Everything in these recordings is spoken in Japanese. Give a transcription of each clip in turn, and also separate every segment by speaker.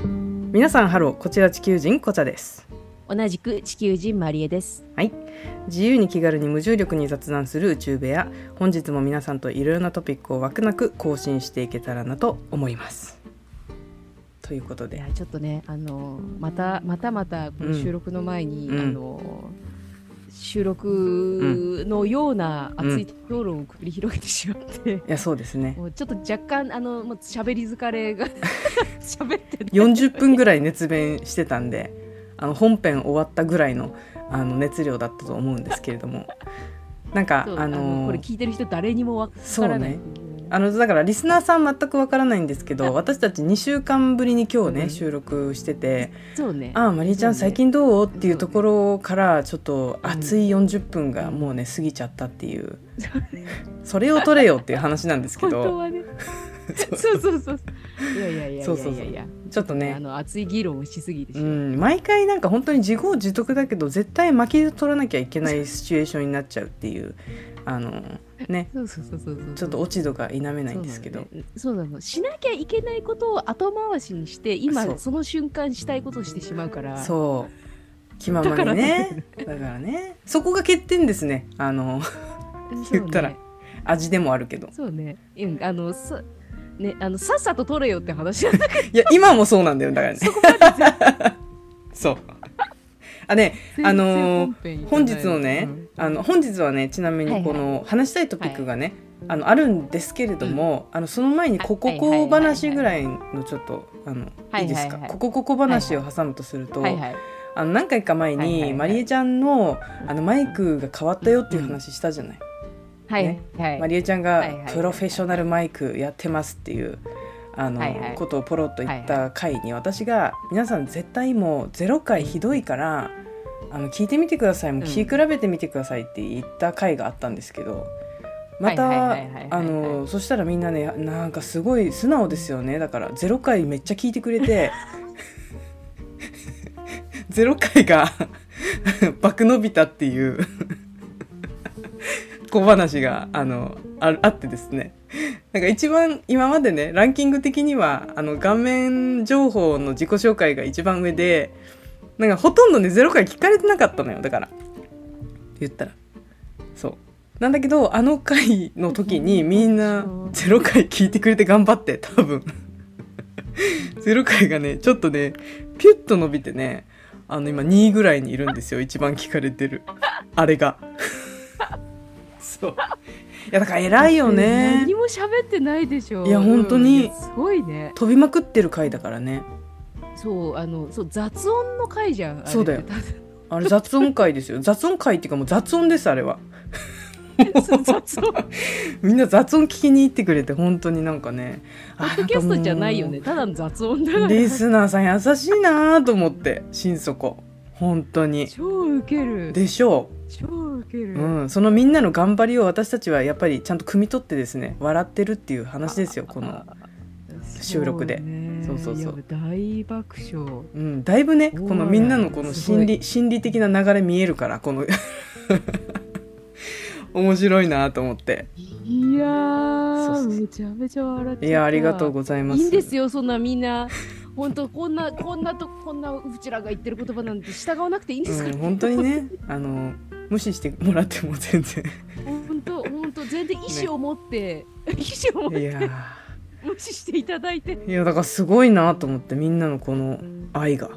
Speaker 1: 皆さんハローこちら地球人こちゃです
Speaker 2: 同じく地球人マリエです。
Speaker 1: はい自由に気軽に無重力に雑談する宇宙部屋本日も皆さんといろいろなトピックを枠なく更新していけたらなと思いますということ
Speaker 2: い
Speaker 1: で
Speaker 2: やちょっとねあのまたまたまたこの収録の前に、
Speaker 1: うん
Speaker 2: あの収録のような熱い討論を繰り広げてしまって、
Speaker 1: いやそうですね
Speaker 2: もうちょっと若干あのもう喋り疲れ が喋ってない
Speaker 1: 40分ぐらい熱弁してたんであの本編終わったぐらいのあの熱量だったと思うんですけれどもなんか
Speaker 2: そう
Speaker 1: あ
Speaker 2: あの
Speaker 1: の
Speaker 2: これ聞いてる人誰にもわか
Speaker 1: そう
Speaker 2: らない
Speaker 1: ね。あのだからリスナーさん全くわからないんですけど私たち2週間ぶりに今日ね、
Speaker 2: うん
Speaker 1: 収録してて
Speaker 2: そうね
Speaker 1: 「ああマリーちゃん
Speaker 2: そう
Speaker 1: 最
Speaker 2: ね
Speaker 1: 近どう?」っていう
Speaker 2: そう
Speaker 1: と
Speaker 2: ね
Speaker 1: ころからちょっと熱い40分が
Speaker 2: うん
Speaker 1: もうね過ぎちゃったっていうそれを取れよっていう話なんですけ
Speaker 2: 本当
Speaker 1: ど
Speaker 2: はね。
Speaker 1: そう
Speaker 2: そうそうそう。いやいやいやい
Speaker 1: そ
Speaker 2: や
Speaker 1: うそう
Speaker 2: い
Speaker 1: そ
Speaker 2: や
Speaker 1: う
Speaker 2: いや。
Speaker 1: ちょっと
Speaker 2: あ
Speaker 1: ね、
Speaker 2: の熱い議論をしすぎてし
Speaker 1: う
Speaker 2: まう。
Speaker 1: ん、毎回なんか本当に自業自得だけど絶対巻き取らなきゃいけないシチュエーションになっちゃうっていうあのね
Speaker 2: そうそうそうそうそう。
Speaker 1: ちょっと落ち度が否めないんですけど。
Speaker 2: そうなの、しなきゃいけないことを後回しにして
Speaker 1: そ
Speaker 2: 今
Speaker 1: う
Speaker 2: その瞬間したいことをしてしまうから
Speaker 1: そう気ままにねだからねそこが欠点ですねあの
Speaker 2: そう
Speaker 1: 言ったら味でもあるけど
Speaker 2: そうねうんあのさねあのさっさと取れよって話なんだけ
Speaker 1: いや今もそうなんだよだからねそうあね
Speaker 2: ど
Speaker 1: あのー
Speaker 2: 全然
Speaker 1: 本
Speaker 2: 本編い
Speaker 1: 日
Speaker 2: かない
Speaker 1: のね、
Speaker 2: うん
Speaker 1: あの本日はねちなみ
Speaker 2: はいは
Speaker 1: に
Speaker 2: い
Speaker 1: この話したいトピックがね、あのあるんですけれども、あのその前に
Speaker 2: はい
Speaker 1: ここここ話ぐらいのちょっとあの
Speaker 2: はいい
Speaker 1: いですか
Speaker 2: はいはい
Speaker 1: ここここ話を挟むとすると、
Speaker 2: はいはい
Speaker 1: あの何回か前に、
Speaker 2: はいはいはい
Speaker 1: マリエちゃんのあのマイクが変わったよっていう話したじゃない。
Speaker 2: はい、
Speaker 1: ね
Speaker 2: はい
Speaker 1: マリエちゃん
Speaker 2: はい
Speaker 1: が
Speaker 2: はい
Speaker 1: プロフェッショナルマイクやってますっていうあの、
Speaker 2: はいはい
Speaker 1: ことをポロッと言った回に私が皆さん絶対もうゼロ回ひどいからあの聞いてみてくださいもう
Speaker 2: うん
Speaker 1: 聞き比べてみてくださいって言った回があったんですけどま
Speaker 2: はい
Speaker 1: た
Speaker 2: はいはいはいはい
Speaker 1: あのそしたらみんなねなんかすごい素直ですよねだからゼロ回めっちゃ聞いてくれて ゼロ回が バク伸びたっていう小話があのああってですねなんか一番今までねランキング的にはあの顔面情報の自己紹介が一番上でなんかほとんどねゼロ回聞かれてなかったのよだから言ったらそうなんだけどあの回の時にみんなゼロ回聞いてくれて頑張って多分 ゼロ回がねちょっとねピュッと伸びてねあの今2位ぐらいにいるんですよ一番聞かれてるあれ がそういやだから偉いよね
Speaker 2: 何も喋ってないでしょ
Speaker 1: いや本当に
Speaker 2: うんいやすごいね
Speaker 1: 飛びまくってる回だからね
Speaker 2: そうあのそう雑音の回じゃんあれって
Speaker 1: そうだよあれ雑音回ですよ雑音回っていうかもう雑音ですあれは
Speaker 2: そう雑音
Speaker 1: みんな雑音聞きに行ってくれて本当になんかね
Speaker 2: ポ
Speaker 1: あ
Speaker 2: ッドキャストじゃないよね
Speaker 1: んか
Speaker 2: ただの雑音だか
Speaker 1: もう
Speaker 2: ら
Speaker 1: リスナーさん優しいなと思って心底本当に
Speaker 2: 超ウケる
Speaker 1: でしょ
Speaker 2: 超ウケ
Speaker 1: う、
Speaker 2: る、
Speaker 1: うん、そのみんなの頑張りを私たちはやっぱりちゃんと汲み取ってですね笑ってるっていう話ですよこの、収録で
Speaker 2: そう,、ね、
Speaker 1: そうそうそう
Speaker 2: いや大爆笑
Speaker 1: うん、だいぶね
Speaker 2: おー
Speaker 1: このみんなのこの心理心理的な流れ見えるからこの 面白いなと思って
Speaker 2: いやー
Speaker 1: そうそうそう
Speaker 2: めちゃめちゃ笑っちゃった
Speaker 1: いやありがとうございます
Speaker 2: いいんですよそんなみんな本当こんなこんなとこんなうちらが言ってる言葉なんて従わなくていいんですか
Speaker 1: う
Speaker 2: ら、
Speaker 1: ん、本当にねあの無視してもらっても全 然
Speaker 2: 本当本当全然意思を持って、意思を持っ
Speaker 1: い
Speaker 2: て
Speaker 1: やー
Speaker 2: 無視していただいて
Speaker 1: いやだからすごいなと思ってみんなのこの愛が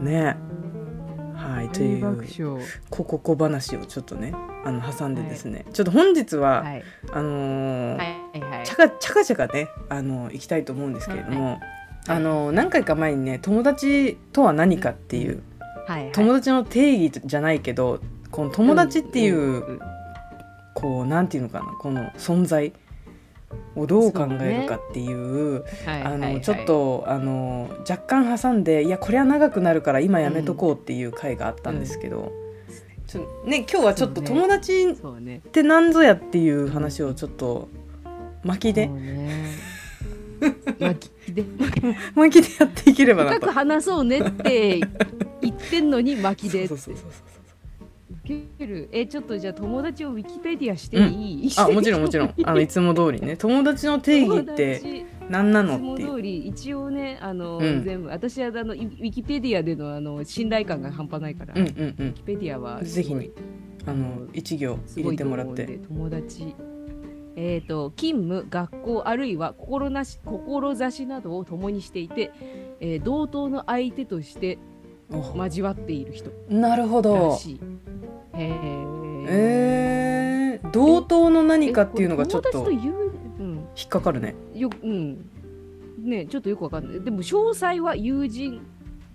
Speaker 1: ねはいと
Speaker 2: 大
Speaker 1: い
Speaker 2: 爆
Speaker 1: う
Speaker 2: 笑
Speaker 1: こここ話をちょっとねあの挟んでですね、ちょっと本日は、
Speaker 2: はい
Speaker 1: あのー
Speaker 2: はいはい
Speaker 1: ちゃかちゃかちゃかねあの行きたいと思うんですけれども、あの何回か前にね友達とは何かっていう、
Speaker 2: はいはい
Speaker 1: 友達の定義じゃないけどこの友達っていう、
Speaker 2: うんうん
Speaker 1: こうなんていうのかなこの存在をどう考えるかっていう
Speaker 2: はい
Speaker 1: あ
Speaker 2: はいは
Speaker 1: の
Speaker 2: い
Speaker 1: ちょっとあの若干挟んでいやこれは長くなるから今やめとこうっていう回があったんですけど、ちょね、今日はちょっと
Speaker 2: そうね
Speaker 1: 友達っ
Speaker 2: そうね
Speaker 1: て何ぞやっていう話をちょっと巻きで
Speaker 2: そ うね巻きで
Speaker 1: 巻きでやっていければな
Speaker 2: 深
Speaker 1: と
Speaker 2: く。話そうねって言ってんのに巻き
Speaker 1: そう
Speaker 2: で
Speaker 1: そうそうそうそう
Speaker 2: 受けるえちょっとじゃあ友達をウィキペディアしていい、
Speaker 1: あもちろんもちろんあのいつも通りね友達の定義って
Speaker 2: 友達
Speaker 1: 何ない
Speaker 2: つ
Speaker 1: の
Speaker 2: も
Speaker 1: っていう
Speaker 2: 通り一応ねあの、
Speaker 1: うん
Speaker 2: 全部私はあのウィウィキペディアでのあの信頼感が半端ないから、
Speaker 1: うん
Speaker 2: ウィ
Speaker 1: うん
Speaker 2: キペディアは
Speaker 1: うんぜひにあの一行
Speaker 2: す
Speaker 1: 入
Speaker 2: ご
Speaker 1: れ
Speaker 2: い
Speaker 1: て
Speaker 2: と思
Speaker 1: も
Speaker 2: う
Speaker 1: ら
Speaker 2: ん
Speaker 1: っ
Speaker 2: で
Speaker 1: て
Speaker 2: 友達えー、と勤務学校あるいは心なし志などを共にしていて、えー同等の相手として
Speaker 1: お
Speaker 2: 交わっている人
Speaker 1: なるほ
Speaker 2: ら
Speaker 1: ど
Speaker 2: しい。へー
Speaker 1: えー、同等の何かっていうのがちょっ
Speaker 2: えことれ
Speaker 1: 引
Speaker 2: 友達と言う、
Speaker 1: っかかるね
Speaker 2: うん、ようんねちょっとよくわかんないでも詳細は友人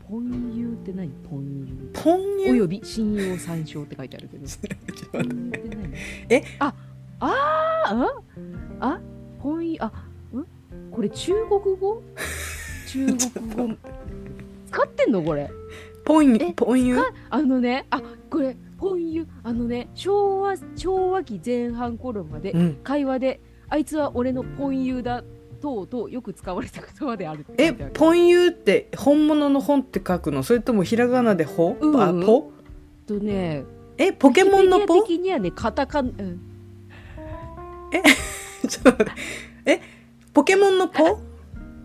Speaker 2: ポン友って何ポン友
Speaker 1: ポン
Speaker 2: お
Speaker 1: 友
Speaker 2: よび親友参照って書いてあるけどポン友って何
Speaker 1: え
Speaker 2: ああーああポン友あんこれ中国語中 国語使ってんのこれ
Speaker 1: ポン
Speaker 2: え
Speaker 1: ポン友
Speaker 2: かあのねあこれポン友あのね昭和昭和期前半頃まで
Speaker 1: うん
Speaker 2: 会話で「あいつは俺のポン友だ」等々よく使われた言葉である
Speaker 1: えポ
Speaker 2: ン
Speaker 1: ン友って本物の本って書くのそれともひらがなでほ、
Speaker 2: うん
Speaker 1: あポ
Speaker 2: とね
Speaker 1: えポケモンのポ
Speaker 2: ウィキペディア的にはねカタカナ、うん、
Speaker 1: ちょっと待ってえポケモンのポ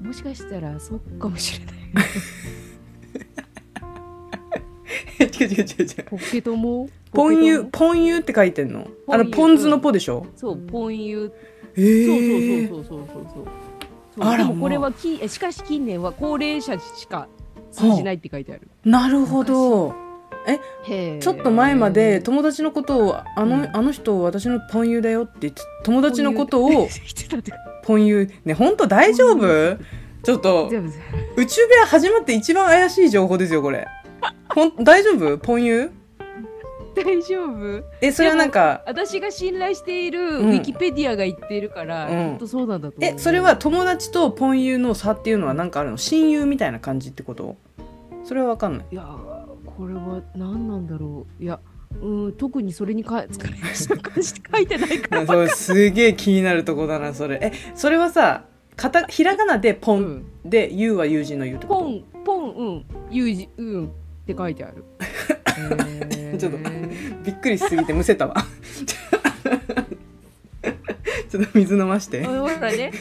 Speaker 2: もしかしたらそうかもしれない
Speaker 1: 違う違う違う違う
Speaker 2: ポケトモ
Speaker 1: ポン
Speaker 2: ユ
Speaker 1: ユ、ポンユって書いてんの。
Speaker 2: ポン
Speaker 1: あ
Speaker 2: ユ
Speaker 1: の、ポン酢のポでしょ
Speaker 2: そうポン友
Speaker 1: え
Speaker 2: そうそうそうそうそうそうそう
Speaker 1: あら
Speaker 2: でも
Speaker 1: まあ
Speaker 2: これはきしかし近年は高齢者しか通じないって書いてある
Speaker 1: なるほど。
Speaker 2: へー
Speaker 1: ちょっと前まで友達のことを、あ
Speaker 2: うん
Speaker 1: の、あの人私のポンユだよって言って、友達のことを
Speaker 2: 人だって
Speaker 1: ポンユ。ね、ほんと大丈
Speaker 2: ポン
Speaker 1: 夫ちょっと、
Speaker 2: 全部
Speaker 1: 宇宙部屋始まって一番怪しい情報ですよ、これ。ほん、大丈夫ポンユ
Speaker 2: 大丈夫
Speaker 1: え、それはなんか、
Speaker 2: 私が信頼している
Speaker 1: うん
Speaker 2: ウィキペディアが言っているから、
Speaker 1: うん
Speaker 2: きっとそうなんだと思う
Speaker 1: え、それは友達とポンユの差っていうのはなんかあるの親友みたいな感じってことそれはわかん ない。
Speaker 2: いやーこれは何なんだろういやうーん特にそれにか使いました感じて書いてないから
Speaker 1: あそうすげえ気になるとこだなそれえそれはさかたひらがなでポ
Speaker 2: う
Speaker 1: ン、
Speaker 2: ん
Speaker 1: で「ゆ」は友人の「ゆ」ってこと
Speaker 2: ポンポンうん友人うんって書いてあるえ ー
Speaker 1: ちょっとびっくりしすぎてむせたわ ちょっと水飲まして
Speaker 2: あのほらね、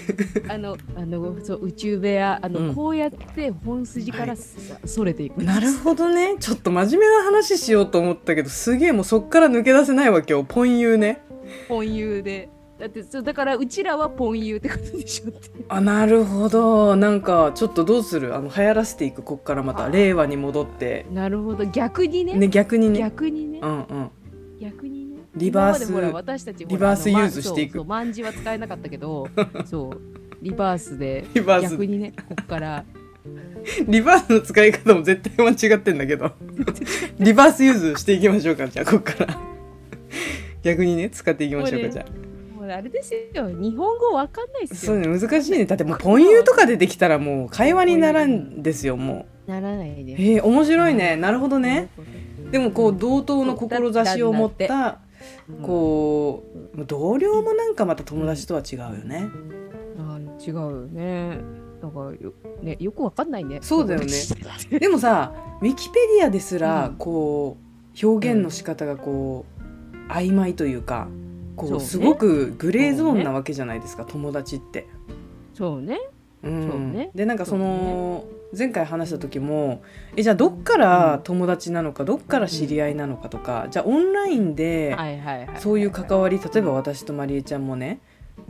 Speaker 2: あの、あの、そう、宇宙部屋、あの、
Speaker 1: うん
Speaker 2: こうやって本筋からす、それていく。
Speaker 1: なるほどねちょっと真面目な話しようと思ったけどすげえもうそっから抜け出せないわけよポンゆね
Speaker 2: ポン友で、だって、そう、だから、うちらはポン友ってことでしょって。
Speaker 1: あなるほどなんかちょっとどうするあの流行らせていくこっからまた令和に戻って
Speaker 2: なるほど、逆にね、
Speaker 1: ね逆にね
Speaker 2: 逆にね
Speaker 1: う、んうん
Speaker 2: 逆にね。
Speaker 1: リバース
Speaker 2: 今までほら私たちほら
Speaker 1: リバース
Speaker 2: あのま
Speaker 1: ユーズしていく
Speaker 2: そうそう、万字は使えなかったけど、そう、リバースで。
Speaker 1: リバース
Speaker 2: 逆にね、こっから。
Speaker 1: リバースの使い方も絶対間違ってんだけ ど。リバースユーズしていきましょうか、じゃあ、こっから。逆にね、使っていきましょうか、
Speaker 2: これ
Speaker 1: じゃあ。
Speaker 2: もうあれですよ、日本語わかんないっす
Speaker 1: そう
Speaker 2: よ。
Speaker 1: ね、難しいね。だってもう、ポンユとか出てきたらもう会話にならんですよ、も
Speaker 2: ならないで
Speaker 1: う。
Speaker 2: す。
Speaker 1: へえ、面白いね。なるほどね。
Speaker 2: そう
Speaker 1: でも、こう、同等の志を持った、
Speaker 2: そう、
Speaker 1: こう、同僚もなんかまた友達とは違うよね。
Speaker 2: あー違うよね。だからよ,、ね、よくわかんないね。
Speaker 1: そうだよねでもさ、ウィキペディアですら、こう、表現の仕方がこう、曖昧というか、こ
Speaker 2: そう
Speaker 1: う、
Speaker 2: ね
Speaker 1: すごくグレーゾーン
Speaker 2: そ
Speaker 1: な
Speaker 2: う
Speaker 1: わけじゃないですか、友達って。
Speaker 2: そうね。
Speaker 1: うん
Speaker 2: そうね
Speaker 1: でなんかその前回話した時もえじゃあどっから友達なのかどっから知り合いなのかとかじゃあオンラインで
Speaker 2: はいはいはい。
Speaker 1: そういう関わり例えば私とまりえちゃんもね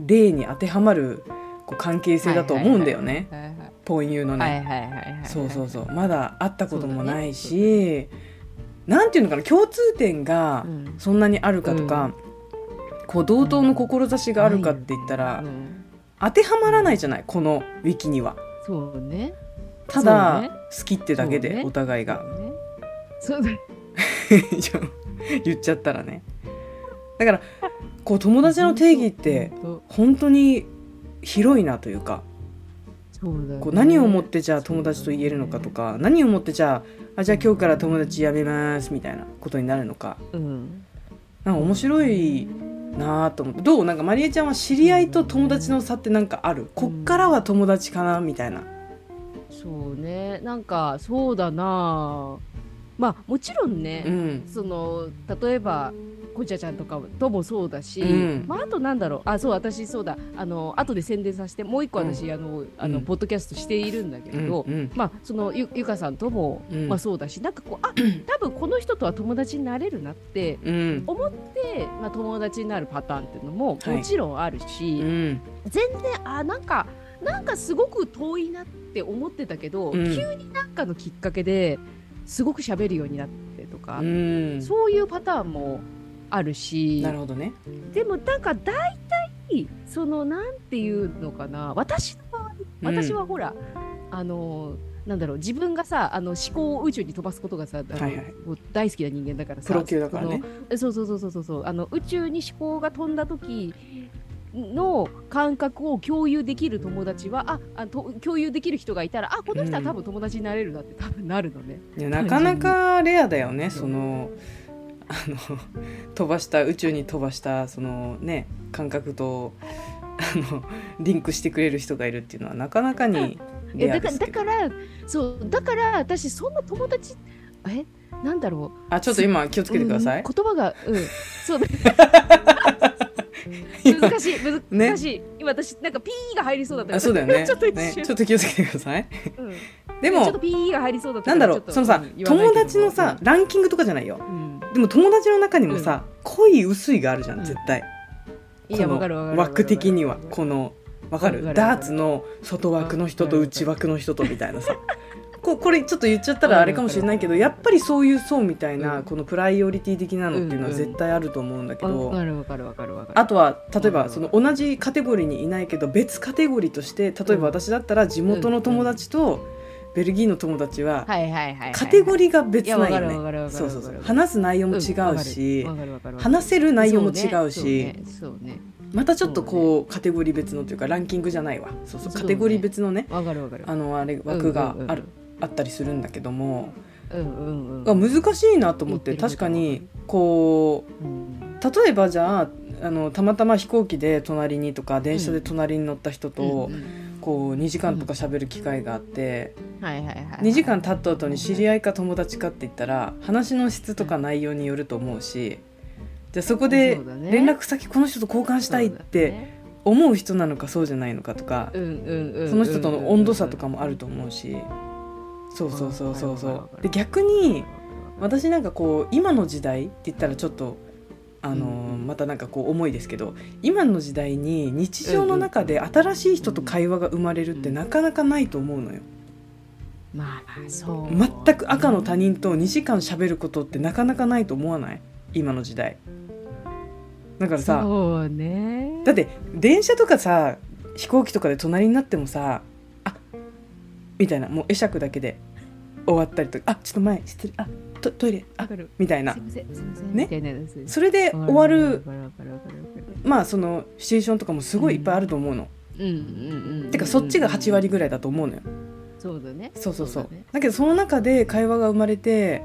Speaker 1: 例に当てはまるこう関係性だと思うんだよね
Speaker 2: はいはい
Speaker 1: ポンユーのね、
Speaker 2: はいはいはいはい。
Speaker 1: そうそうそうまだ会ったこともないし、なんていうのかな共通点が
Speaker 2: うん。
Speaker 1: そんなにあるかとか、こう同等の志があるかって言ったら、
Speaker 2: うん
Speaker 1: 当てはまらないじゃないこのウィキには。
Speaker 2: そうね。
Speaker 1: ただ、
Speaker 2: そうね
Speaker 1: 好きってだけ
Speaker 2: そう
Speaker 1: で
Speaker 2: ね
Speaker 1: お互いが、
Speaker 2: そうね。
Speaker 1: 一応言っちゃったらねだからこう友達の定義って
Speaker 2: そう
Speaker 1: 本当に広いなというか
Speaker 2: そうだ、ね。
Speaker 1: こう何をもってじゃあ友達と言えるのかとか何をもってじゃああじゃあ今日から友達やめますみたいなことになるのか
Speaker 2: うん。
Speaker 1: なんか面白いなぁと思ってどうなんかまりえちゃんは知り合いと友達の差ってなんかあるこっからは友達かなみたいな
Speaker 2: そうね。なんかそうだなあ。まあもちろんね。
Speaker 1: うん
Speaker 2: その例えばほじゃちゃんとかともそうだし、
Speaker 1: うん
Speaker 2: まあ、あとなんだろうあそう私そうだあの後で宣伝させてもう一個私、あのあの
Speaker 1: うん
Speaker 2: ポッドキャストしているんだけ
Speaker 1: う
Speaker 2: ど、
Speaker 1: んうん
Speaker 2: まあ、そのゆゆかさんとも、
Speaker 1: うん
Speaker 2: まあ、そうだしなんかこうあ多分この人とは友達になれるなって
Speaker 1: うん
Speaker 2: 思って、まあ、友達になるパターンっていうのも
Speaker 1: はい
Speaker 2: もちろんあるし、
Speaker 1: うん
Speaker 2: 全然あなんかなんかすごく遠いなって思ってたけど、
Speaker 1: うん
Speaker 2: 急になんかのきっかけですごく喋るようになってとか、
Speaker 1: うん
Speaker 2: そういうパターンもあるし
Speaker 1: なるほどね
Speaker 2: でもなんか大体そのなんていうのかな私の場合私はほら、あのなんだろう自分がさあの思考を宇宙に飛ばすことがさ、あの
Speaker 1: はいはい
Speaker 2: もう大好きな人間だからさ
Speaker 1: プロ級だからね
Speaker 2: そのそうそうそうそうそうあの宇宙に思考が飛んだ時の感覚を共有できる友達はああと共有できる人がいたらあこの人は多分友達になれるなって多分なるのね、
Speaker 1: いやなかなかレアだよねそのあの飛ばした宇宙に飛ばしたそのね感覚とあのリンクしてくれる人がいるっていうのはなかなかに
Speaker 2: い
Speaker 1: レ
Speaker 2: や
Speaker 1: ア
Speaker 2: だ
Speaker 1: で
Speaker 2: か
Speaker 1: す
Speaker 2: だ
Speaker 1: けど
Speaker 2: からそうだから私そんな友達えなんだろう
Speaker 1: あちょっと今気をつけてください
Speaker 2: うん、言葉がうんそう
Speaker 1: 今
Speaker 2: 難しいむず
Speaker 1: ね
Speaker 2: 難しい、今私なんかピーが入りそうだったから
Speaker 1: あそうだよね
Speaker 2: ちょっと一
Speaker 1: ね
Speaker 2: 瞬、
Speaker 1: ちょっと気をつけてください
Speaker 2: うん
Speaker 1: で
Speaker 2: ちょっと
Speaker 1: も
Speaker 2: ピーが入りそうだった
Speaker 1: なんだろうそのさ友達のさ、ランキングとかじゃないよ
Speaker 2: ちょっとうん
Speaker 1: でも友達の中にもさ、濃い薄いがあるじゃん
Speaker 2: うん
Speaker 1: 絶対、
Speaker 2: い
Speaker 1: こ
Speaker 2: や
Speaker 1: の
Speaker 2: わかるわかるわかる
Speaker 1: 枠的にはこのわか
Speaker 2: わ
Speaker 1: る
Speaker 2: かる
Speaker 1: ダーツの外枠の人と内枠の人とみたいなさ こうこれちょっと言っちゃったらあれかもしれないけどやっぱりそういう層みたいな、
Speaker 2: うん
Speaker 1: このプライオリティ的なのっていうのは
Speaker 2: うん
Speaker 1: 絶対あると思うんだけど、
Speaker 2: わかるわかるわかるわかる
Speaker 1: あとは例え
Speaker 2: う
Speaker 1: ば
Speaker 2: ん
Speaker 1: その同じカテゴリーにいないけど別カテゴリーとして例えば私だったら地元の友達とベルギーの友達は
Speaker 2: はいはいはいはい
Speaker 1: カテゴ
Speaker 2: リ
Speaker 1: リーが別
Speaker 2: いや
Speaker 1: な
Speaker 2: わ
Speaker 1: んよ
Speaker 2: かるわかる
Speaker 1: ね
Speaker 2: わかる
Speaker 1: そうそうそ
Speaker 2: わ
Speaker 1: う
Speaker 2: かる
Speaker 1: 話す内容も違うし、
Speaker 2: わかるわかるわかる
Speaker 1: 話せる内容も違う
Speaker 2: そ
Speaker 1: し
Speaker 2: ねそうね
Speaker 1: またちょっとこうカテゴリー別のというかランキングじゃないわそうそう
Speaker 2: そうね
Speaker 1: カテゴリー別のね
Speaker 2: わ、かるわかる
Speaker 1: あのあれ枠が
Speaker 2: うんうんうん
Speaker 1: あるあったりするんだけども
Speaker 2: うんうんうん
Speaker 1: が難しいなと思って
Speaker 2: 言って
Speaker 1: 確
Speaker 2: ること
Speaker 1: か
Speaker 2: は
Speaker 1: にこう
Speaker 2: うん
Speaker 1: 例えばじゃああのたまたま飛行機で隣にとか電車で隣に乗った人と、
Speaker 2: うんうん
Speaker 1: こう2時間とか喋る機会があって、
Speaker 2: はいはいはい
Speaker 1: 2時間経った後に知り合いか友達かって言ったら話の質とか内容によると思うしじゃあそこで
Speaker 2: そうだね
Speaker 1: 連絡先この人と交換したいって思う人なのかそうじゃないのかとか
Speaker 2: そ,、うんうんうんうん
Speaker 1: その人との温度差とかもあると思うし、そうそうそうそう
Speaker 2: わかるわ
Speaker 1: そ
Speaker 2: か
Speaker 1: う
Speaker 2: る
Speaker 1: で逆に私なんかこう今の時代って言ったらちょっとあのー
Speaker 2: うん
Speaker 1: またなんかこう重いですけど今の時代に日常の中で新しい人と会話が生まれるって
Speaker 2: うん
Speaker 1: なかなかないと思うのよ
Speaker 2: まあまあそう
Speaker 1: 全く赤の他人と2時間喋ることってなかなかないと思わない今の時代だからさ
Speaker 2: そうね
Speaker 1: だって電車とかさ飛行機とかで隣になってもさあみたいなもう会釈だけで終わったりとかあちょっと前失礼あトトイレ
Speaker 2: わ
Speaker 1: あ
Speaker 2: かる
Speaker 1: みたいな
Speaker 2: すいませんすいません
Speaker 1: ね
Speaker 2: みたいなやつ
Speaker 1: それで終わる
Speaker 2: わかわかるわかるわかる
Speaker 1: まあそのシチュエーションとかもすごいいっぱいあると思うの、
Speaker 2: うんうんうん
Speaker 1: てかそっちが8割ぐらいだと思うのよ、
Speaker 2: そうだね
Speaker 1: そうそうそうだ
Speaker 2: だね
Speaker 1: けどその中で会話が生まれて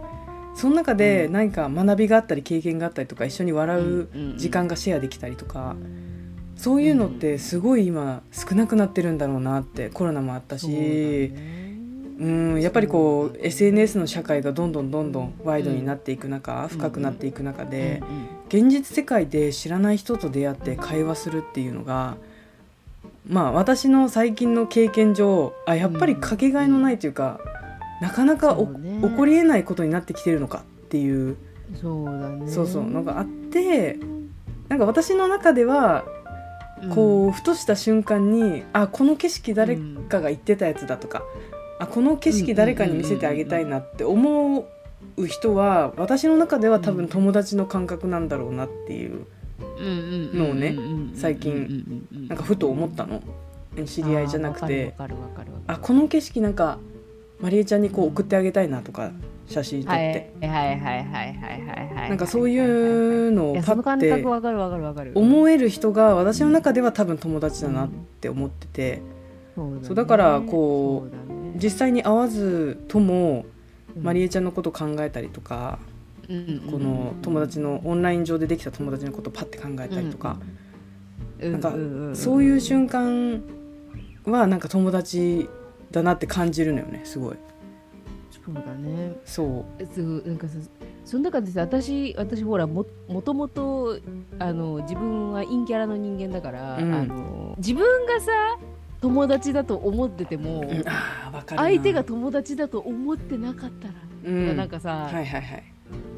Speaker 1: その中で何か学びがあったり経験があったりとか一緒に笑う時間がシェアできたりとか、そういうのってすごい今少なくなってるんだろうなってコロナもあった
Speaker 2: だ
Speaker 1: しうんやっぱりこう SNS の社会がどんどんどんどんワイドになっていく中、深くなっていく中で、現実世界で知らない人と出会って会話するっていうのがまあ私の最近の経験上あやっぱりかけがえのないというか、なかなかお、
Speaker 2: そうね
Speaker 1: 起こりえないことになってきてるのかっていう、
Speaker 2: そうだね
Speaker 1: そうそうのがあってなんか私の中ではこうふとした瞬間にあこの景色誰かが言ってたやつだとか、あこの景色誰かに見せてあげたいなって思う人は私の中では多分友達の感覚なんだろうなっていう。のをね最近なんかふと思ったの知り合いじゃなくて
Speaker 2: あーわかるわかるわか
Speaker 1: あ
Speaker 2: る
Speaker 1: この景色なんかまりえちゃんにこう送ってあげたいなとか写真撮っ
Speaker 2: は
Speaker 1: て
Speaker 2: い、はいはいはいはいはいはい
Speaker 1: なんかそうい
Speaker 2: は
Speaker 1: うの
Speaker 2: い
Speaker 1: を
Speaker 2: や
Speaker 1: パ
Speaker 2: その
Speaker 1: ッ
Speaker 2: 感
Speaker 1: て
Speaker 2: 覚わかるわかるわかる
Speaker 1: 思える人が私の中では多分友達だなって思ってて
Speaker 2: そう
Speaker 1: そう
Speaker 2: ね
Speaker 1: だからこう
Speaker 2: そうだね
Speaker 1: 実際に会わずとも
Speaker 2: うん
Speaker 1: まりえちゃんのこと考えたりとか
Speaker 2: うんうんうん
Speaker 1: この友達のオンライン上でできた友達のことパッて考えたりとか
Speaker 2: うん
Speaker 1: なんか
Speaker 2: ううう
Speaker 1: そういう瞬間はなんか友達だなって感じるのよねすごい。
Speaker 2: そうだね
Speaker 1: そう
Speaker 2: そうなんかさその中でさ私私ほらももともとあの自分は陰キャラの人間だから、
Speaker 1: うん
Speaker 2: あの自分がさ友達だと思ってても、
Speaker 1: うんあーわかるな
Speaker 2: 相手が友達だと思ってなかったら、
Speaker 1: うん
Speaker 2: なんかさ、
Speaker 1: はいはいはい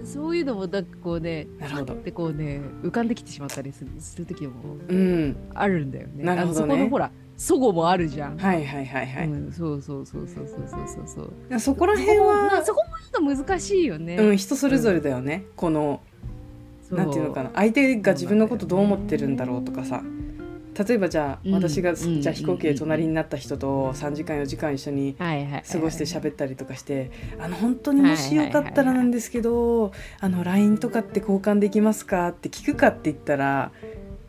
Speaker 2: そういうのもなんかこうね
Speaker 1: なるほど
Speaker 2: でこうね浮かんできてしまったりするする時も
Speaker 1: うん
Speaker 2: あるんだよね。
Speaker 1: なるほどね
Speaker 2: あのそこのほらそごもあるじゃん。
Speaker 1: はいはいはいはい、
Speaker 2: うん、そうそうそうそうそうそうそうそう。
Speaker 1: そこら辺は
Speaker 2: そこもそこもちょっと難しいよね。
Speaker 1: うん、人それぞれだよね、この
Speaker 2: そ
Speaker 1: なんていうのかな相手が自分のことどう思ってるんだろうとかさ例えばじゃあ
Speaker 2: うん
Speaker 1: 私が、
Speaker 2: うん
Speaker 1: じゃあ飛行機で隣になった人と3時間4時間一緒に
Speaker 2: はいはいはい、
Speaker 1: 過ごして喋ったりとかして「あの本当にもしよかったらなんですけどあの LINE とかって交換できますか?」って聞くかって言ったら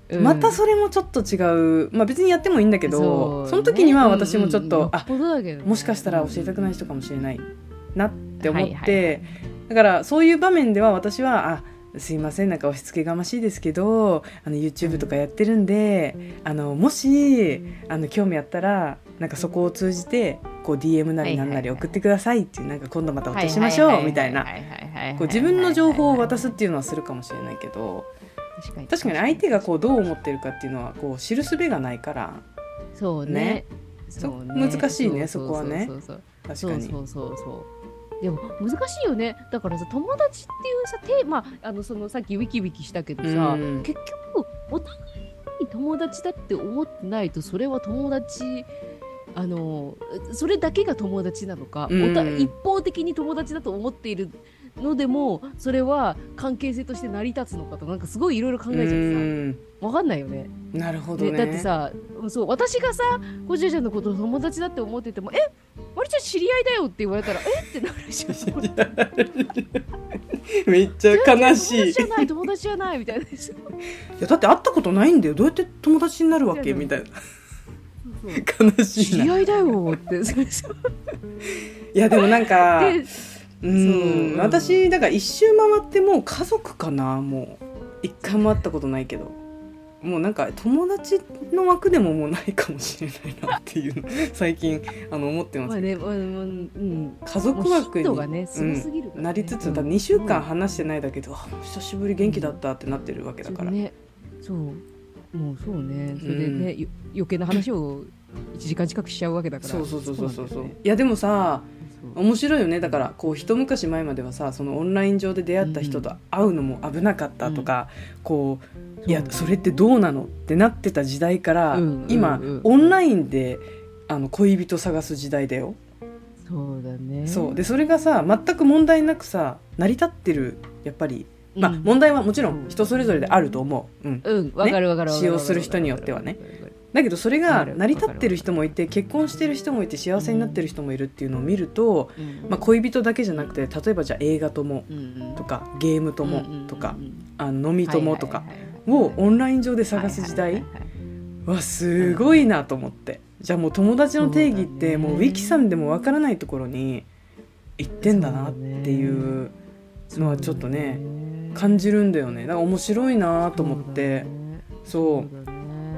Speaker 2: うん
Speaker 1: またそれもちょっと違うまあ別にやってもいいんだけ
Speaker 2: そ
Speaker 1: ど
Speaker 2: うね
Speaker 1: その時には私もちょっ
Speaker 2: うんうんよ
Speaker 1: と「
Speaker 2: っ
Speaker 1: あ
Speaker 2: ぽどだけどね
Speaker 1: もしかしたら教えたくない人かもしれないな」って思って。
Speaker 2: はいはいはい
Speaker 1: だからそういう場面では私はあすいませんなんか押し付けがましいですけどあの YouTube とかやってるんで、あのもしあの興味あったらなんかそこを通じてこう DM なりなんなり送ってくださいっていうなんか今度また落としましょうみたいなこう自分の情報を渡すっていうのはするかもしれないけど
Speaker 2: 確かに
Speaker 1: 確かに相手がこうどう思ってるかっていうのはこう知る術がないから
Speaker 2: そうね
Speaker 1: ね
Speaker 2: そう
Speaker 1: そ難しいね
Speaker 2: う
Speaker 1: そこはね
Speaker 2: そうそう
Speaker 1: 確
Speaker 2: そ
Speaker 1: か
Speaker 2: う
Speaker 1: に
Speaker 2: そうそうそうでも難しいよねだからさ友達っていうさテーマあのそのさっきウィキウィキしたけどさ、
Speaker 1: うん
Speaker 2: 結局お互いに友達だって思ってないとそれは友達あのそれだけが友達なのか、
Speaker 1: うん
Speaker 2: おた一方的に友達だと思っているのでもそれは関係性として成り立つのかとなんかすごいいろいろ考えちゃっ
Speaker 1: う
Speaker 2: て
Speaker 1: ん
Speaker 2: さわかんないよね
Speaker 1: なるほど
Speaker 2: ね、
Speaker 1: ね
Speaker 2: だってさそう私がさコジュちゃんのことを友達だって思ってても「えマリちゃん知り合いだよ」って言われたら「えっ?」てなるじゃん
Speaker 1: めっちゃ悲しい
Speaker 2: 友達じゃない友達じゃない みたいなそう
Speaker 1: いやだって会ったことないんだよどうやって友達になるわ
Speaker 2: そう
Speaker 1: け
Speaker 2: だね
Speaker 1: みたいな
Speaker 2: そう
Speaker 1: 悲
Speaker 2: 知
Speaker 1: しい
Speaker 2: り
Speaker 1: ない
Speaker 2: 合いだよってそう そう
Speaker 1: やでもなん か
Speaker 2: で
Speaker 1: うん
Speaker 2: そう
Speaker 1: 私だから一周回ってもう家族かなもう一回も会ったことないけどもうなんか友達の枠でももうないかもしれないなっていうの最近あの思ってま
Speaker 2: ますあ
Speaker 1: けど
Speaker 2: ね、まあうんうん、
Speaker 1: 家
Speaker 2: も
Speaker 1: 族
Speaker 2: うヒ
Speaker 1: 枠
Speaker 2: ッ
Speaker 1: に
Speaker 2: トがねすごすぎるからね、
Speaker 1: なりつつだ
Speaker 2: うん
Speaker 1: 2週間話してないだけど、あ久しぶり元気だったってなってるわけだから、
Speaker 2: ねそうもうそうねそれでね、よ余計な話を1時間近くしちゃうわけだから
Speaker 1: そうそうそうそうそうそう、
Speaker 2: なんだよね
Speaker 1: いやでもさ
Speaker 2: そう
Speaker 1: 面白いよねだからこう一昔前まではさそのオンライン上で出会った人と会うのも危なかったとか、こういやそれってどうなのってなってた時代から、
Speaker 2: うん
Speaker 1: 今、
Speaker 2: うんうん
Speaker 1: オンラインであの恋人探す時代だよ、
Speaker 2: そうだね
Speaker 1: そうでそれがさ全く問題なくさ成り立ってるやっぱり、まあ
Speaker 2: うん
Speaker 1: 問題はもちろ
Speaker 2: うん
Speaker 1: ん人それぞれであると思う、うん、
Speaker 2: うん、わかるわかるわかるわかる。
Speaker 1: 使用する人によってはね
Speaker 2: わかるわかる
Speaker 1: だけどそれ
Speaker 2: わか
Speaker 1: が
Speaker 2: る
Speaker 1: 成り立ってる人もいて結婚してる人もいて幸せになってる人もいるっていうのを見ると、
Speaker 2: うん
Speaker 1: まあ、恋人だけじゃなくて例えばじゃあ映画とも
Speaker 2: うん
Speaker 1: とかゲームと
Speaker 2: うんうんう
Speaker 1: も
Speaker 2: ん
Speaker 1: とか、あの飲みともとか
Speaker 2: はいはいはいはい
Speaker 1: をオンライン上で探す時
Speaker 2: は
Speaker 1: 代
Speaker 2: いはいはいはい
Speaker 1: はすごいなと思ってじゃあもう友達の定義っ
Speaker 2: そう
Speaker 1: て
Speaker 2: だね
Speaker 1: もうウィキさんでもわからないところに行ってんだなっていうのはちょっとね感じるんだよねなんか面白いなと思って
Speaker 2: そ
Speaker 1: そう
Speaker 2: だねそうだね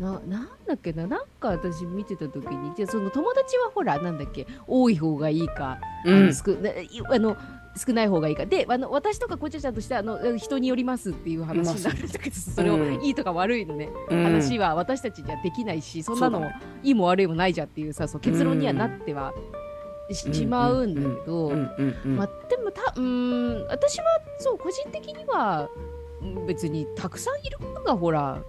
Speaker 2: ななんだっけななんか私見てた時にじゃあその友達はほらなんだっけ多い方がいいか、
Speaker 1: う、う
Speaker 2: あ
Speaker 1: ん
Speaker 2: の、少ないあの少ない方がいいかであの私とかこちゃちゃんとしてはあの人によりますっていう話になるんだけど、それを
Speaker 1: うん
Speaker 2: いいとか悪いのね
Speaker 1: うん
Speaker 2: 話は私たちにはできないし、そんなの
Speaker 1: そう
Speaker 2: も
Speaker 1: だ
Speaker 2: いいも悪いもないじゃんっていうさそう結論にはなってはし,、まうんだけど、
Speaker 1: うんうんうん
Speaker 2: まあ、でもたうーん私はそう個人的にはうん別にたくさんいることがほら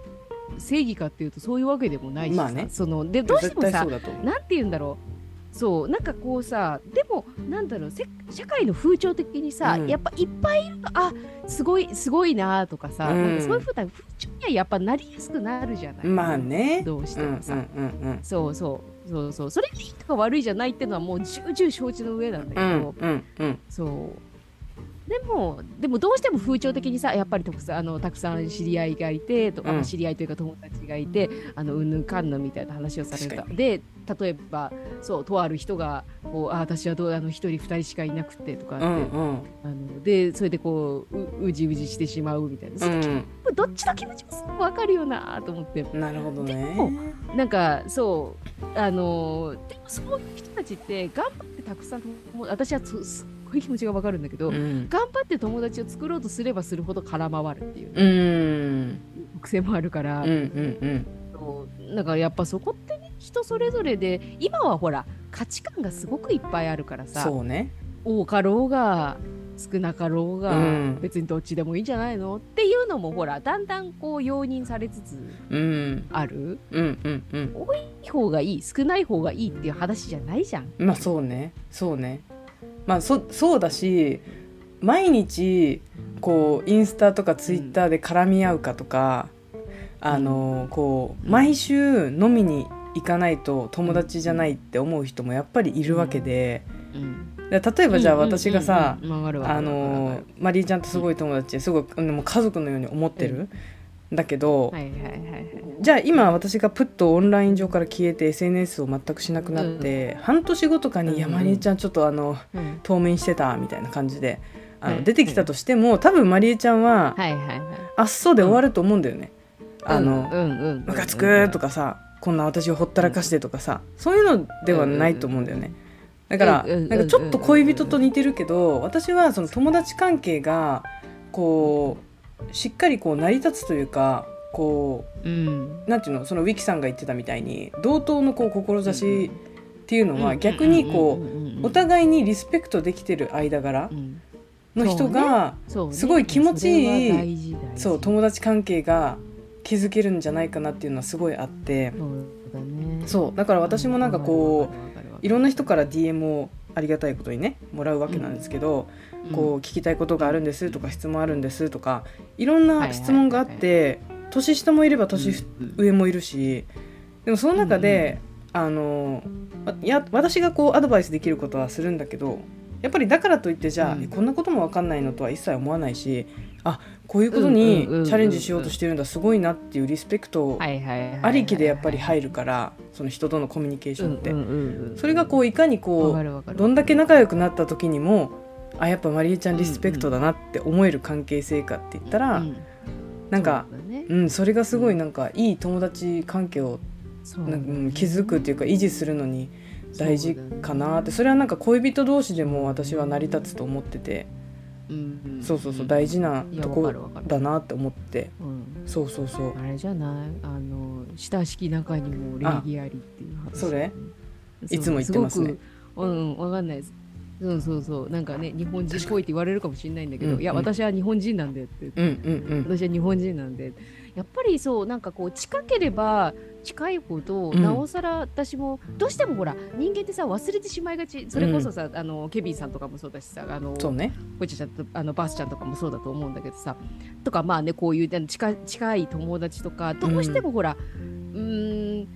Speaker 2: 正義かっていうとそういうわけでもないしさ、
Speaker 1: まあね
Speaker 2: そのでどうしても
Speaker 1: 絶対
Speaker 2: さ
Speaker 1: そうだと思う
Speaker 2: なんて言うんだろうそうなんかこうさでもなんだろうせ社会の風潮的にさ、
Speaker 1: うん
Speaker 2: やっぱいっぱいいるとあすごいすごいなとかさ、
Speaker 1: うん
Speaker 2: なんかそういうふうな風潮にはやっぱなりやすくなるじゃない、
Speaker 1: まあね
Speaker 2: どうし
Speaker 1: う
Speaker 2: て
Speaker 1: んうん
Speaker 2: もさ、
Speaker 1: うん
Speaker 2: そうそうそうそうそれがいいとか悪いじゃないってのはもう重々承知の上なんだけ
Speaker 1: う
Speaker 2: ど、
Speaker 1: んうんうん
Speaker 2: そうでもでもどうしても風潮的にさやっぱりたくさんあのたくさん知り合いがいてとか、
Speaker 1: うん
Speaker 2: 知り合いというか友達がいてあのうんぬんかんぬんみたいな話をされ
Speaker 1: 確
Speaker 2: た
Speaker 1: か
Speaker 2: で例えばそうとある人がこうあ私はどうあの一人二人しかいなくてとかって、
Speaker 1: うんうん
Speaker 2: あのでそれでこうううじうじしてしまうみたいな、
Speaker 1: う
Speaker 2: そ
Speaker 1: ん
Speaker 2: れどっちの気持ちもすごくわかるよなと思って。
Speaker 1: うんなるほどね
Speaker 2: もなんかそうあのーでもそういう人たちって頑張ってたくさん友私はそすっごい気持ちがわかるんだけど、
Speaker 1: うん
Speaker 2: 頑張って友達を作ろうとすればするほど空回るっていう
Speaker 1: うんうん
Speaker 2: 癖もあるから、
Speaker 1: うんうん
Speaker 2: そうなんかやっぱそこってね人それぞれで今はほら価値観がすごくいっぱいあるからさ
Speaker 1: そうね
Speaker 2: 多かろうが少なかろうが、
Speaker 1: うん
Speaker 2: 別にどっちでもいいんじゃないのっていうのもほらだんだんこう容認されつつ
Speaker 1: うん
Speaker 2: ある
Speaker 1: うんうんうん
Speaker 2: いい方がいい少ない方がいいっていう話じゃないじゃん。
Speaker 1: まあそうねそうねまあそそうだし毎日こうインスタとかツイッターで絡み合うかとか、あのこう毎週飲みに行かないと友達じゃないって思う人もやっぱりいるわけで
Speaker 2: うん、
Speaker 1: で例えばじゃあ私がさ、
Speaker 2: うんうんうんわかるわかる
Speaker 1: あ
Speaker 2: わ
Speaker 1: の
Speaker 2: かる
Speaker 1: マリーちゃんとすごい友達ですごくもう家族のように思ってる、ん、だけど、
Speaker 2: はいはいはいはい
Speaker 1: じゃあ今私がプッとオンライン上から消えて SNS を全くしなくなって、半年後とかに「いや
Speaker 2: うん
Speaker 1: マリーちゃんちょっとあの
Speaker 2: うん
Speaker 1: 当面してた」みたいな感じであ
Speaker 2: う
Speaker 1: の
Speaker 2: ん
Speaker 1: 出てきたとしても多分マリーちゃんは
Speaker 2: はいはいはい
Speaker 1: 「あっそう」で終わると思うんだよね。あの
Speaker 2: うんうんうん
Speaker 1: ムカつくとかさこんな私をほったらかしてとかさそういうのではないと思うんだよね。だから
Speaker 2: うんうんうん
Speaker 1: なんかちょっと恋人と似てるけど私はその友達関係がこうしっかりこう成り立つというかこう
Speaker 2: うん
Speaker 1: なんていうのそのウィキさんが言ってたみたいに同等のこう志っていうのは逆にこうお互いにリスペクトできてる間柄
Speaker 2: うん
Speaker 1: の人が
Speaker 2: そうね
Speaker 1: すごい気持ちいい
Speaker 2: それは大事大事
Speaker 1: そう友達関係が築けるんじゃないかなっていうのはすごいあって
Speaker 2: そうだね
Speaker 1: そうだから私もなんかこ
Speaker 2: わかるわか
Speaker 1: うい
Speaker 2: る
Speaker 1: ろんな人から DM をありがたいことにねもらうわけなんですけど、
Speaker 2: わかる
Speaker 1: こう聞きたいことがあるんですとか質問あるんですとかいろんな質問があって年下もいれば年
Speaker 2: うん
Speaker 1: 上もいるしでもその中で、あのわいや私がこうアドバイスできることはするんだけどやっぱりだからといってじゃあ、
Speaker 2: うん
Speaker 1: えこんなことも分かんないのとは一切思わないしあこういうことに
Speaker 2: うんうんうんうん
Speaker 1: チャレンジしようとしてるんだすごいなっていうリスペクト
Speaker 2: はいはいはいはい
Speaker 1: ありきでやっぱり入るからその人とのコミュニケーションって。
Speaker 2: うんうんうん
Speaker 1: それがこういかに
Speaker 2: わ
Speaker 1: こ
Speaker 2: か
Speaker 1: う
Speaker 2: るわかる
Speaker 1: どんだけ仲良くなった時にもあやっぱマリエちゃんリスペクトだなって思える関係性かって言ったら、
Speaker 2: うん
Speaker 1: なんか
Speaker 2: そうだね
Speaker 1: うん、それがすごいなんかいい友達関係を
Speaker 2: そうだ
Speaker 1: なん
Speaker 2: ね
Speaker 1: かうん気づくっていうか維持するのに大事かなってそれはなんか恋人同士でも私は成り立つと思ってて
Speaker 2: うんん
Speaker 1: そうそうそう大事ない
Speaker 2: や
Speaker 1: と
Speaker 2: わか
Speaker 1: こ
Speaker 2: るわかる
Speaker 1: だなって思って
Speaker 2: うん
Speaker 1: そうそうそう
Speaker 2: あれじゃないあの親しき中にも礼儀ありっていう話
Speaker 1: それ
Speaker 2: そう
Speaker 1: いつも言ってますね
Speaker 2: ごくうんわかんないですうんそうそうなんかね日本人っぽいって言われるかもしれないんだけ
Speaker 1: うん
Speaker 2: ど
Speaker 1: うん
Speaker 2: いや私は日本人なんでって
Speaker 1: うんうん
Speaker 2: 私は日本人なんでやっぱりそうなんかこう近ければ近いほど、
Speaker 1: うん
Speaker 2: なおさら私もどうしてもほら人間ってさ忘れてしまいがちそれこそさ、あのケビンさんとかもそうだしさあの
Speaker 1: うんそうね
Speaker 2: こいちゃんとあのバースちゃんとかもそうだと思うんだけどさとかまあねこういうあの近近い友達とかどうしてもほらうーん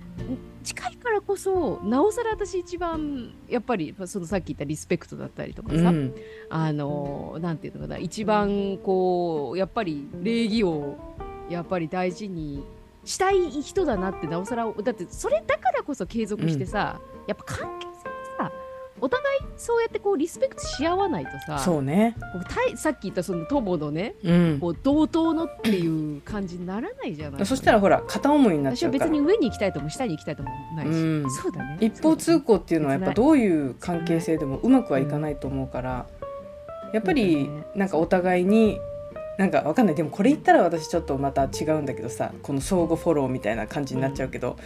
Speaker 2: 近いからこそなおさら私一番やっぱりそのさっき言ったリスペクトだったりとか
Speaker 1: う
Speaker 2: さ、
Speaker 1: ん
Speaker 2: あのなんていうのかな一番こうやっぱり礼儀をやっぱり大事にしたい人だなってなおさらだってそれだからこそ継続してさ、やっぱ関係性さお互いそうやってこうリスペクトし合わないとさ
Speaker 1: そうね
Speaker 2: こうたいさっき言ったその友のね
Speaker 1: うん
Speaker 2: こう同等のっていう感じにならないじゃない
Speaker 1: そしたらほら片思いになっ
Speaker 2: 私
Speaker 1: ちゃ
Speaker 2: は
Speaker 1: うか
Speaker 2: 別
Speaker 1: ら
Speaker 2: に上に行きたいとも下に行きたいともないし、
Speaker 1: うん
Speaker 2: そうだね
Speaker 1: 一方通行っていうのはやっぱどういう関係性でもうまくはいかないと思うからやっぱりなんかお互いになんかわかんないでもこれ言ったら私ちょっとまた違うんだけどさこの相互フォローみたいな感じになっちゃうけど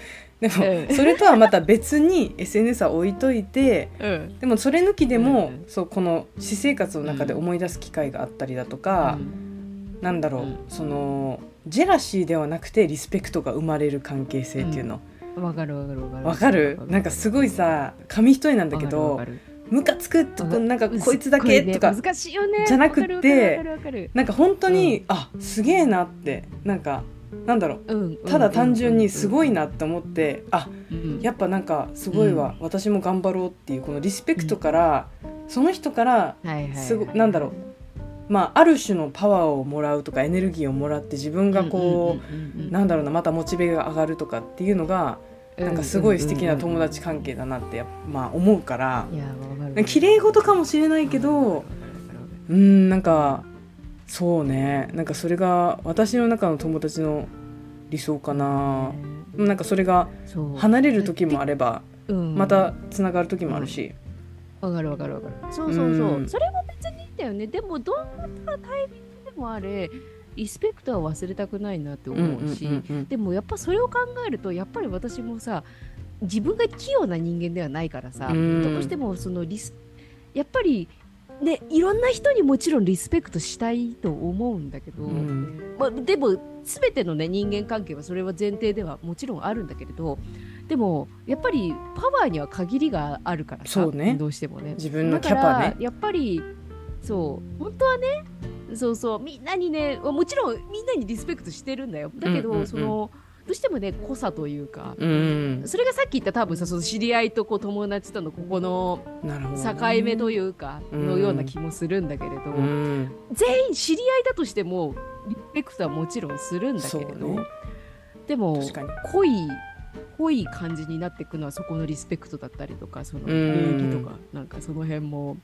Speaker 1: で
Speaker 2: そうだ
Speaker 1: も
Speaker 2: ね
Speaker 1: それとはまた別に SNS は置いといて
Speaker 2: うんうん
Speaker 1: でもそれ抜きでも
Speaker 2: うん
Speaker 1: そうこの私生活の中で思い出す機会があったりだとか
Speaker 2: うん
Speaker 1: なんだろ
Speaker 2: うん
Speaker 1: うそのジェラシーではなくてリスペクトが生まれる関係性っていうの
Speaker 2: わかるわかるわかる
Speaker 1: わかるなんかすごいさ紙一重なんだけど
Speaker 2: わかるわかる
Speaker 1: ムカつくと
Speaker 2: わ
Speaker 1: か
Speaker 2: かる
Speaker 1: なんかこいつだけとか、
Speaker 2: すっごいね難しいよね
Speaker 1: じゃなくって
Speaker 2: わかるわかるわかる
Speaker 1: なんか本当に、
Speaker 2: う
Speaker 1: あすげえなってなんかなんだろう
Speaker 2: わかるうん
Speaker 1: ただ単純にすごいなって思って、あ
Speaker 2: うん
Speaker 1: やっぱなんかすごいわ、私も頑張ろうっていうこのリスペクトから、その人から
Speaker 2: はいはいはい
Speaker 1: すごなんだろうまあある種のパワーをもらうとかエネルギーをもらって自分がこ
Speaker 2: うんうんうん
Speaker 1: う
Speaker 2: うん
Speaker 1: なんだろうなまたモチベが上がるとかっていうのがなんかすごい素敵な友達関係だなってやっぱまあ思うから
Speaker 2: いやわかるわかる
Speaker 1: 綺麗事かもしれないけど
Speaker 2: わかるわかるわかる
Speaker 1: うーんなんかそうねなんかそれが私の中の友達の理想かななんかそれが
Speaker 2: そう
Speaker 1: 離れる時もあれば
Speaker 2: うん
Speaker 1: またつながる時もあるし、
Speaker 2: わかるわかるわかるそうそうそう、
Speaker 1: うん
Speaker 2: それは別にいいんだよねでもどんなタイミングでもあれリスペクトは忘れたくないなって
Speaker 1: うん
Speaker 2: 思うし、
Speaker 1: うん
Speaker 2: でもやっぱそれを考えるとやっぱり私もさ自分が器用な人間ではないからさ、
Speaker 1: うん
Speaker 2: どうしてもそのリスやっぱりねいろんな人にもちろんリスペクトしたいと思うんだけど、
Speaker 1: うん
Speaker 2: まあ、でも全てのね人間関係はそれは前提ではもちろんあるんだけれどでもやっぱりパワーには限りがあるからさ
Speaker 1: そうね
Speaker 2: どうしてもね
Speaker 1: 自分のキャパ
Speaker 2: だか
Speaker 1: ね
Speaker 2: らやっぱりそう本当はねそうそうみんなにねもちろんみんなにリスペクトしてるんだよだけど、
Speaker 1: うんうんうん
Speaker 2: そのどうしてもね濃さというか、
Speaker 1: うん
Speaker 2: それがさっき言った多分さその知り合いとこう友達とのここの
Speaker 1: なるほど
Speaker 2: 境目というか
Speaker 1: うん
Speaker 2: のような気もするんだけれど、
Speaker 1: うん
Speaker 2: 全員知り合いだとしてもリスペクトはもちろんするんだけ
Speaker 1: そう
Speaker 2: れど、
Speaker 1: ね
Speaker 2: でも
Speaker 1: 確かに
Speaker 2: 濃い濃い感じになっていくのはそこのリスペクトだったりとかその
Speaker 1: うん
Speaker 2: 礼儀とかなんかその辺も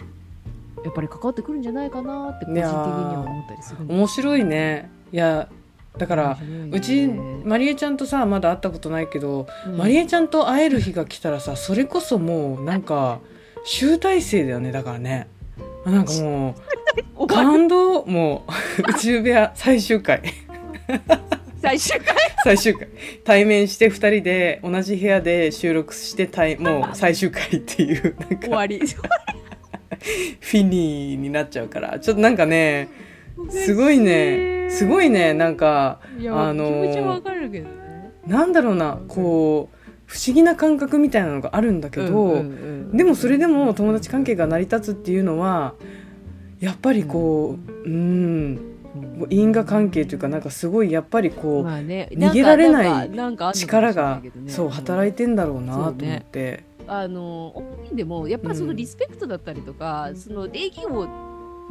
Speaker 2: やっぱり関わってくるんじゃないかなって個人的には思ったりするんだ
Speaker 1: 面白いねいやだからうちマリエちゃんとさまだ会ったことないけど、マリ
Speaker 2: エ
Speaker 1: エちゃんと会える日が来たらさそれこそもうなんか集大成だよねだからねなんかもう
Speaker 2: おば
Speaker 1: 感動も う宇宙部屋最終回
Speaker 2: 最終回
Speaker 1: 最終回対面して2人で同じ部屋で収録して対もう最終回っていうなん
Speaker 2: 終
Speaker 1: か
Speaker 2: わり
Speaker 1: フィニーになっちゃうからちょっとなんかね すごいねすごいねなんか
Speaker 2: いや
Speaker 1: あのー
Speaker 2: 気持ちはわかるけどね
Speaker 1: なんだろうなこう不思議な感覚みたいなのがあるんだけど、でもそれでも友達関係が成り立つっていうのはやっぱりこううんもう因果関係というかなんかすごいやっぱりこう、
Speaker 2: まあね
Speaker 1: 逃げられない
Speaker 2: んかんかんかあるのかも
Speaker 1: 力
Speaker 2: しれな
Speaker 1: が
Speaker 2: いけどね
Speaker 1: そう働いてんだろうなと思って。
Speaker 2: あの本人でもやっぱりその
Speaker 1: うん
Speaker 2: リスペクトだったりとか、その礼儀を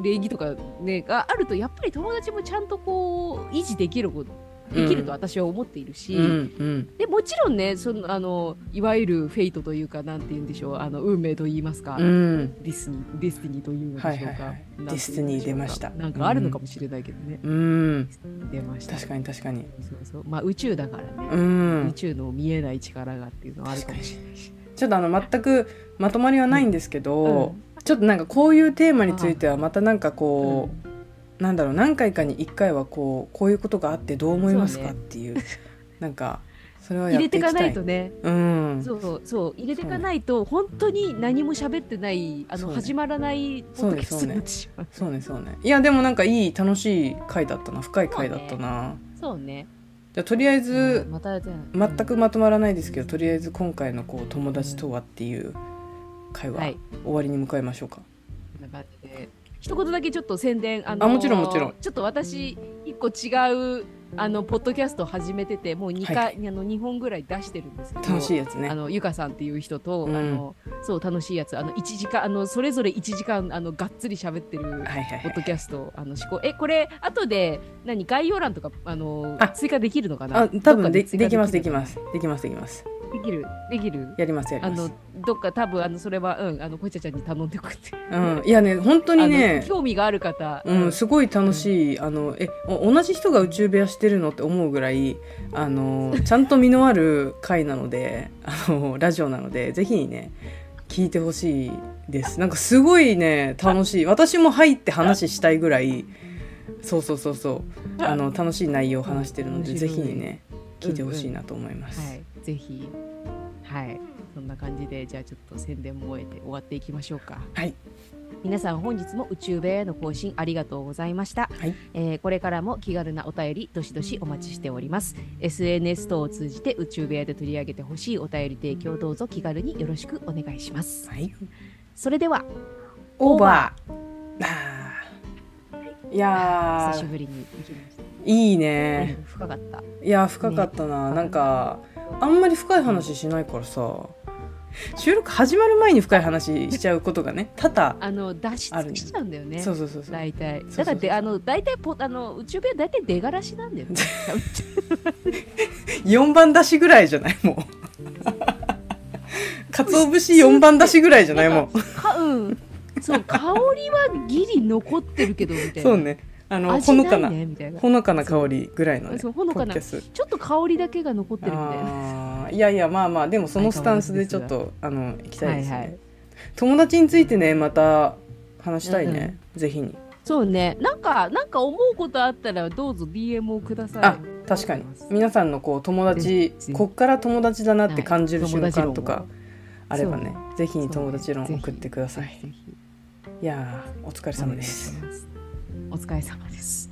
Speaker 2: 礼儀とかねがあるとやっぱり友達もちゃんとこう維持できることできると私は思っているし、
Speaker 1: うん
Speaker 2: でもちろんねそのあのいわゆるフェイトというかなんて言うんでしょうあの運命と言いますか、
Speaker 1: うんうん
Speaker 2: ディスニーディスティニーというのでしょうか、
Speaker 1: はいはいはい
Speaker 2: なんて言うんで
Speaker 1: ディスティニー
Speaker 2: しょうか
Speaker 1: 出ました
Speaker 2: なんかあるのかもしれないけどね、
Speaker 1: うん
Speaker 2: 出ました
Speaker 1: 確かに確かに
Speaker 2: そうそうまあ宇宙だから
Speaker 1: う
Speaker 2: ね、宇
Speaker 1: ん
Speaker 2: 宙の見えない力がっていうのはあるかもしれないし、
Speaker 1: ちょっとあの全くまとまりはないんですけど、
Speaker 2: うん
Speaker 1: ちょっとなんかこういうテーマについてはまたなんかこ
Speaker 2: うん
Speaker 1: う、なんだろう何回かに1回はこうこういうことがあってどう思いますか
Speaker 2: そう
Speaker 1: っ
Speaker 2: ね
Speaker 1: ていうなんかそれはや
Speaker 2: 入
Speaker 1: って
Speaker 2: れ
Speaker 1: いきた
Speaker 2: て
Speaker 1: い
Speaker 2: いかないとね
Speaker 1: うん
Speaker 2: そうそうそう入れていかないと本当に何も喋ってないあ
Speaker 1: そう
Speaker 2: の
Speaker 1: ね
Speaker 2: 始まらないポッドキャストになってしまう
Speaker 1: そうねそうねいやでもなんかいい楽しい回だったな深い回だったな、
Speaker 2: そうね
Speaker 1: じゃあとりあえ
Speaker 2: う
Speaker 1: ず
Speaker 2: んまたじゃあ
Speaker 1: 全くまとまらないですけどとりあえず今回のこう友達とはっていう会
Speaker 2: うん
Speaker 1: は
Speaker 2: はい
Speaker 1: 終わりに向かいましょうか、
Speaker 2: こんな感じで一言だけちょっと宣伝あのー
Speaker 1: あもちろんもちろん
Speaker 2: ちょっと私一個違うあのポッドキャストを始めててもう2回、
Speaker 1: は
Speaker 2: あの2本ぐらい出してるんですけど
Speaker 1: 楽しいやつね
Speaker 2: あのゆかさんっていう人と、
Speaker 1: うん
Speaker 2: あのそう楽しいやつあの一時間あのそれぞれ1時間あのがっつり喋ってる
Speaker 1: はいはいは
Speaker 2: ポッド
Speaker 1: い
Speaker 2: キャスト、あの、思考。え、これ、後で、何、概要欄とか、あの、
Speaker 1: あ
Speaker 2: 追加できるのかな
Speaker 1: あ多分で
Speaker 2: どっか追加
Speaker 1: できますでき
Speaker 2: る
Speaker 1: ますできますできます
Speaker 2: できる、できる。
Speaker 1: やりますやり
Speaker 2: あ
Speaker 1: ま
Speaker 2: の
Speaker 1: す、
Speaker 2: どっか、多分、あの、それは、うん、あの、こいちゃちゃんに頼んでおくって。
Speaker 1: うんいやね本当に
Speaker 2: あの
Speaker 1: ね
Speaker 2: 興味がある方。
Speaker 1: うん、すごい楽しい、あのえお同じ人が宇宙部屋してるのって思うぐらいあ のちゃんと実のある回なのであのラジオなのでぜひね聞いてほしいですなんかすごいね楽しい私も入って話したいぐらいそうそうそうそうあの楽しい内容を話してるので
Speaker 2: 面
Speaker 1: ぜ
Speaker 2: 白い
Speaker 1: ひね聞いてほしいなと思います、
Speaker 2: はい、ぜひ。はい。そんな感じで、じゃあちょっと宣伝も終えて終わっていきましょうか。
Speaker 1: はい。
Speaker 2: 皆さん本日も宇宙部屋への更新ありがとうございました、
Speaker 1: はい
Speaker 2: えーこれからも気軽なお便りどしどしお待ちしております SNS 等を通じて宇宙部屋で取り上げてほしいお便り提供どうぞ気軽によろしくお願いします
Speaker 1: はい
Speaker 2: それでは
Speaker 1: オーバーあーいや
Speaker 2: 久し
Speaker 1: ー
Speaker 2: ぶりに行きました、
Speaker 1: いいね
Speaker 2: うん深かった
Speaker 1: いや深かったな、
Speaker 2: ね
Speaker 1: なんかあんまり深い話しないからさ収録始まる前に深い話しちゃうことがね多々、
Speaker 2: あの脱
Speaker 1: ある
Speaker 2: 出
Speaker 1: ね
Speaker 2: しちゃうんだよね
Speaker 1: そうそうそうそう
Speaker 2: 大体
Speaker 1: そう
Speaker 2: だからであの大体ポあの宇宙部屋大体出がらしな んだよね
Speaker 1: 4番出しぐらいじゃない もう鰹節4番出しぐらいじゃないも
Speaker 2: かうんそう香りはギリ残ってるけどみ
Speaker 1: う
Speaker 2: たいな
Speaker 1: そうねあの
Speaker 2: 味
Speaker 1: ほのか
Speaker 2: ない
Speaker 1: な
Speaker 2: ねみたいな
Speaker 1: ほのかな香りぐらいのね
Speaker 2: そうほのかな
Speaker 1: ポッドキャス
Speaker 2: ちょっと香りだけが残ってるみたいな。
Speaker 1: あーいやいやまあまあでもそのスタンスでちょっとあの行きたいですね、
Speaker 2: はいはい
Speaker 1: 友達についてねまた話したいね、ぜひに
Speaker 2: そうねなんかなんか思うことあったらどうぞ DM をください
Speaker 1: あ確かに皆さんのこう友達
Speaker 2: ぜひ
Speaker 1: こっから友達だなって感じる
Speaker 2: はい
Speaker 1: 瞬間とか
Speaker 2: 友
Speaker 1: あればね、ぜひ
Speaker 2: そう
Speaker 1: に
Speaker 2: ね
Speaker 1: 友達論
Speaker 2: ぜひ
Speaker 1: 送ってください
Speaker 2: ぜひぜひ
Speaker 1: いやーお疲れ様です
Speaker 2: お願いしますお疲れ様です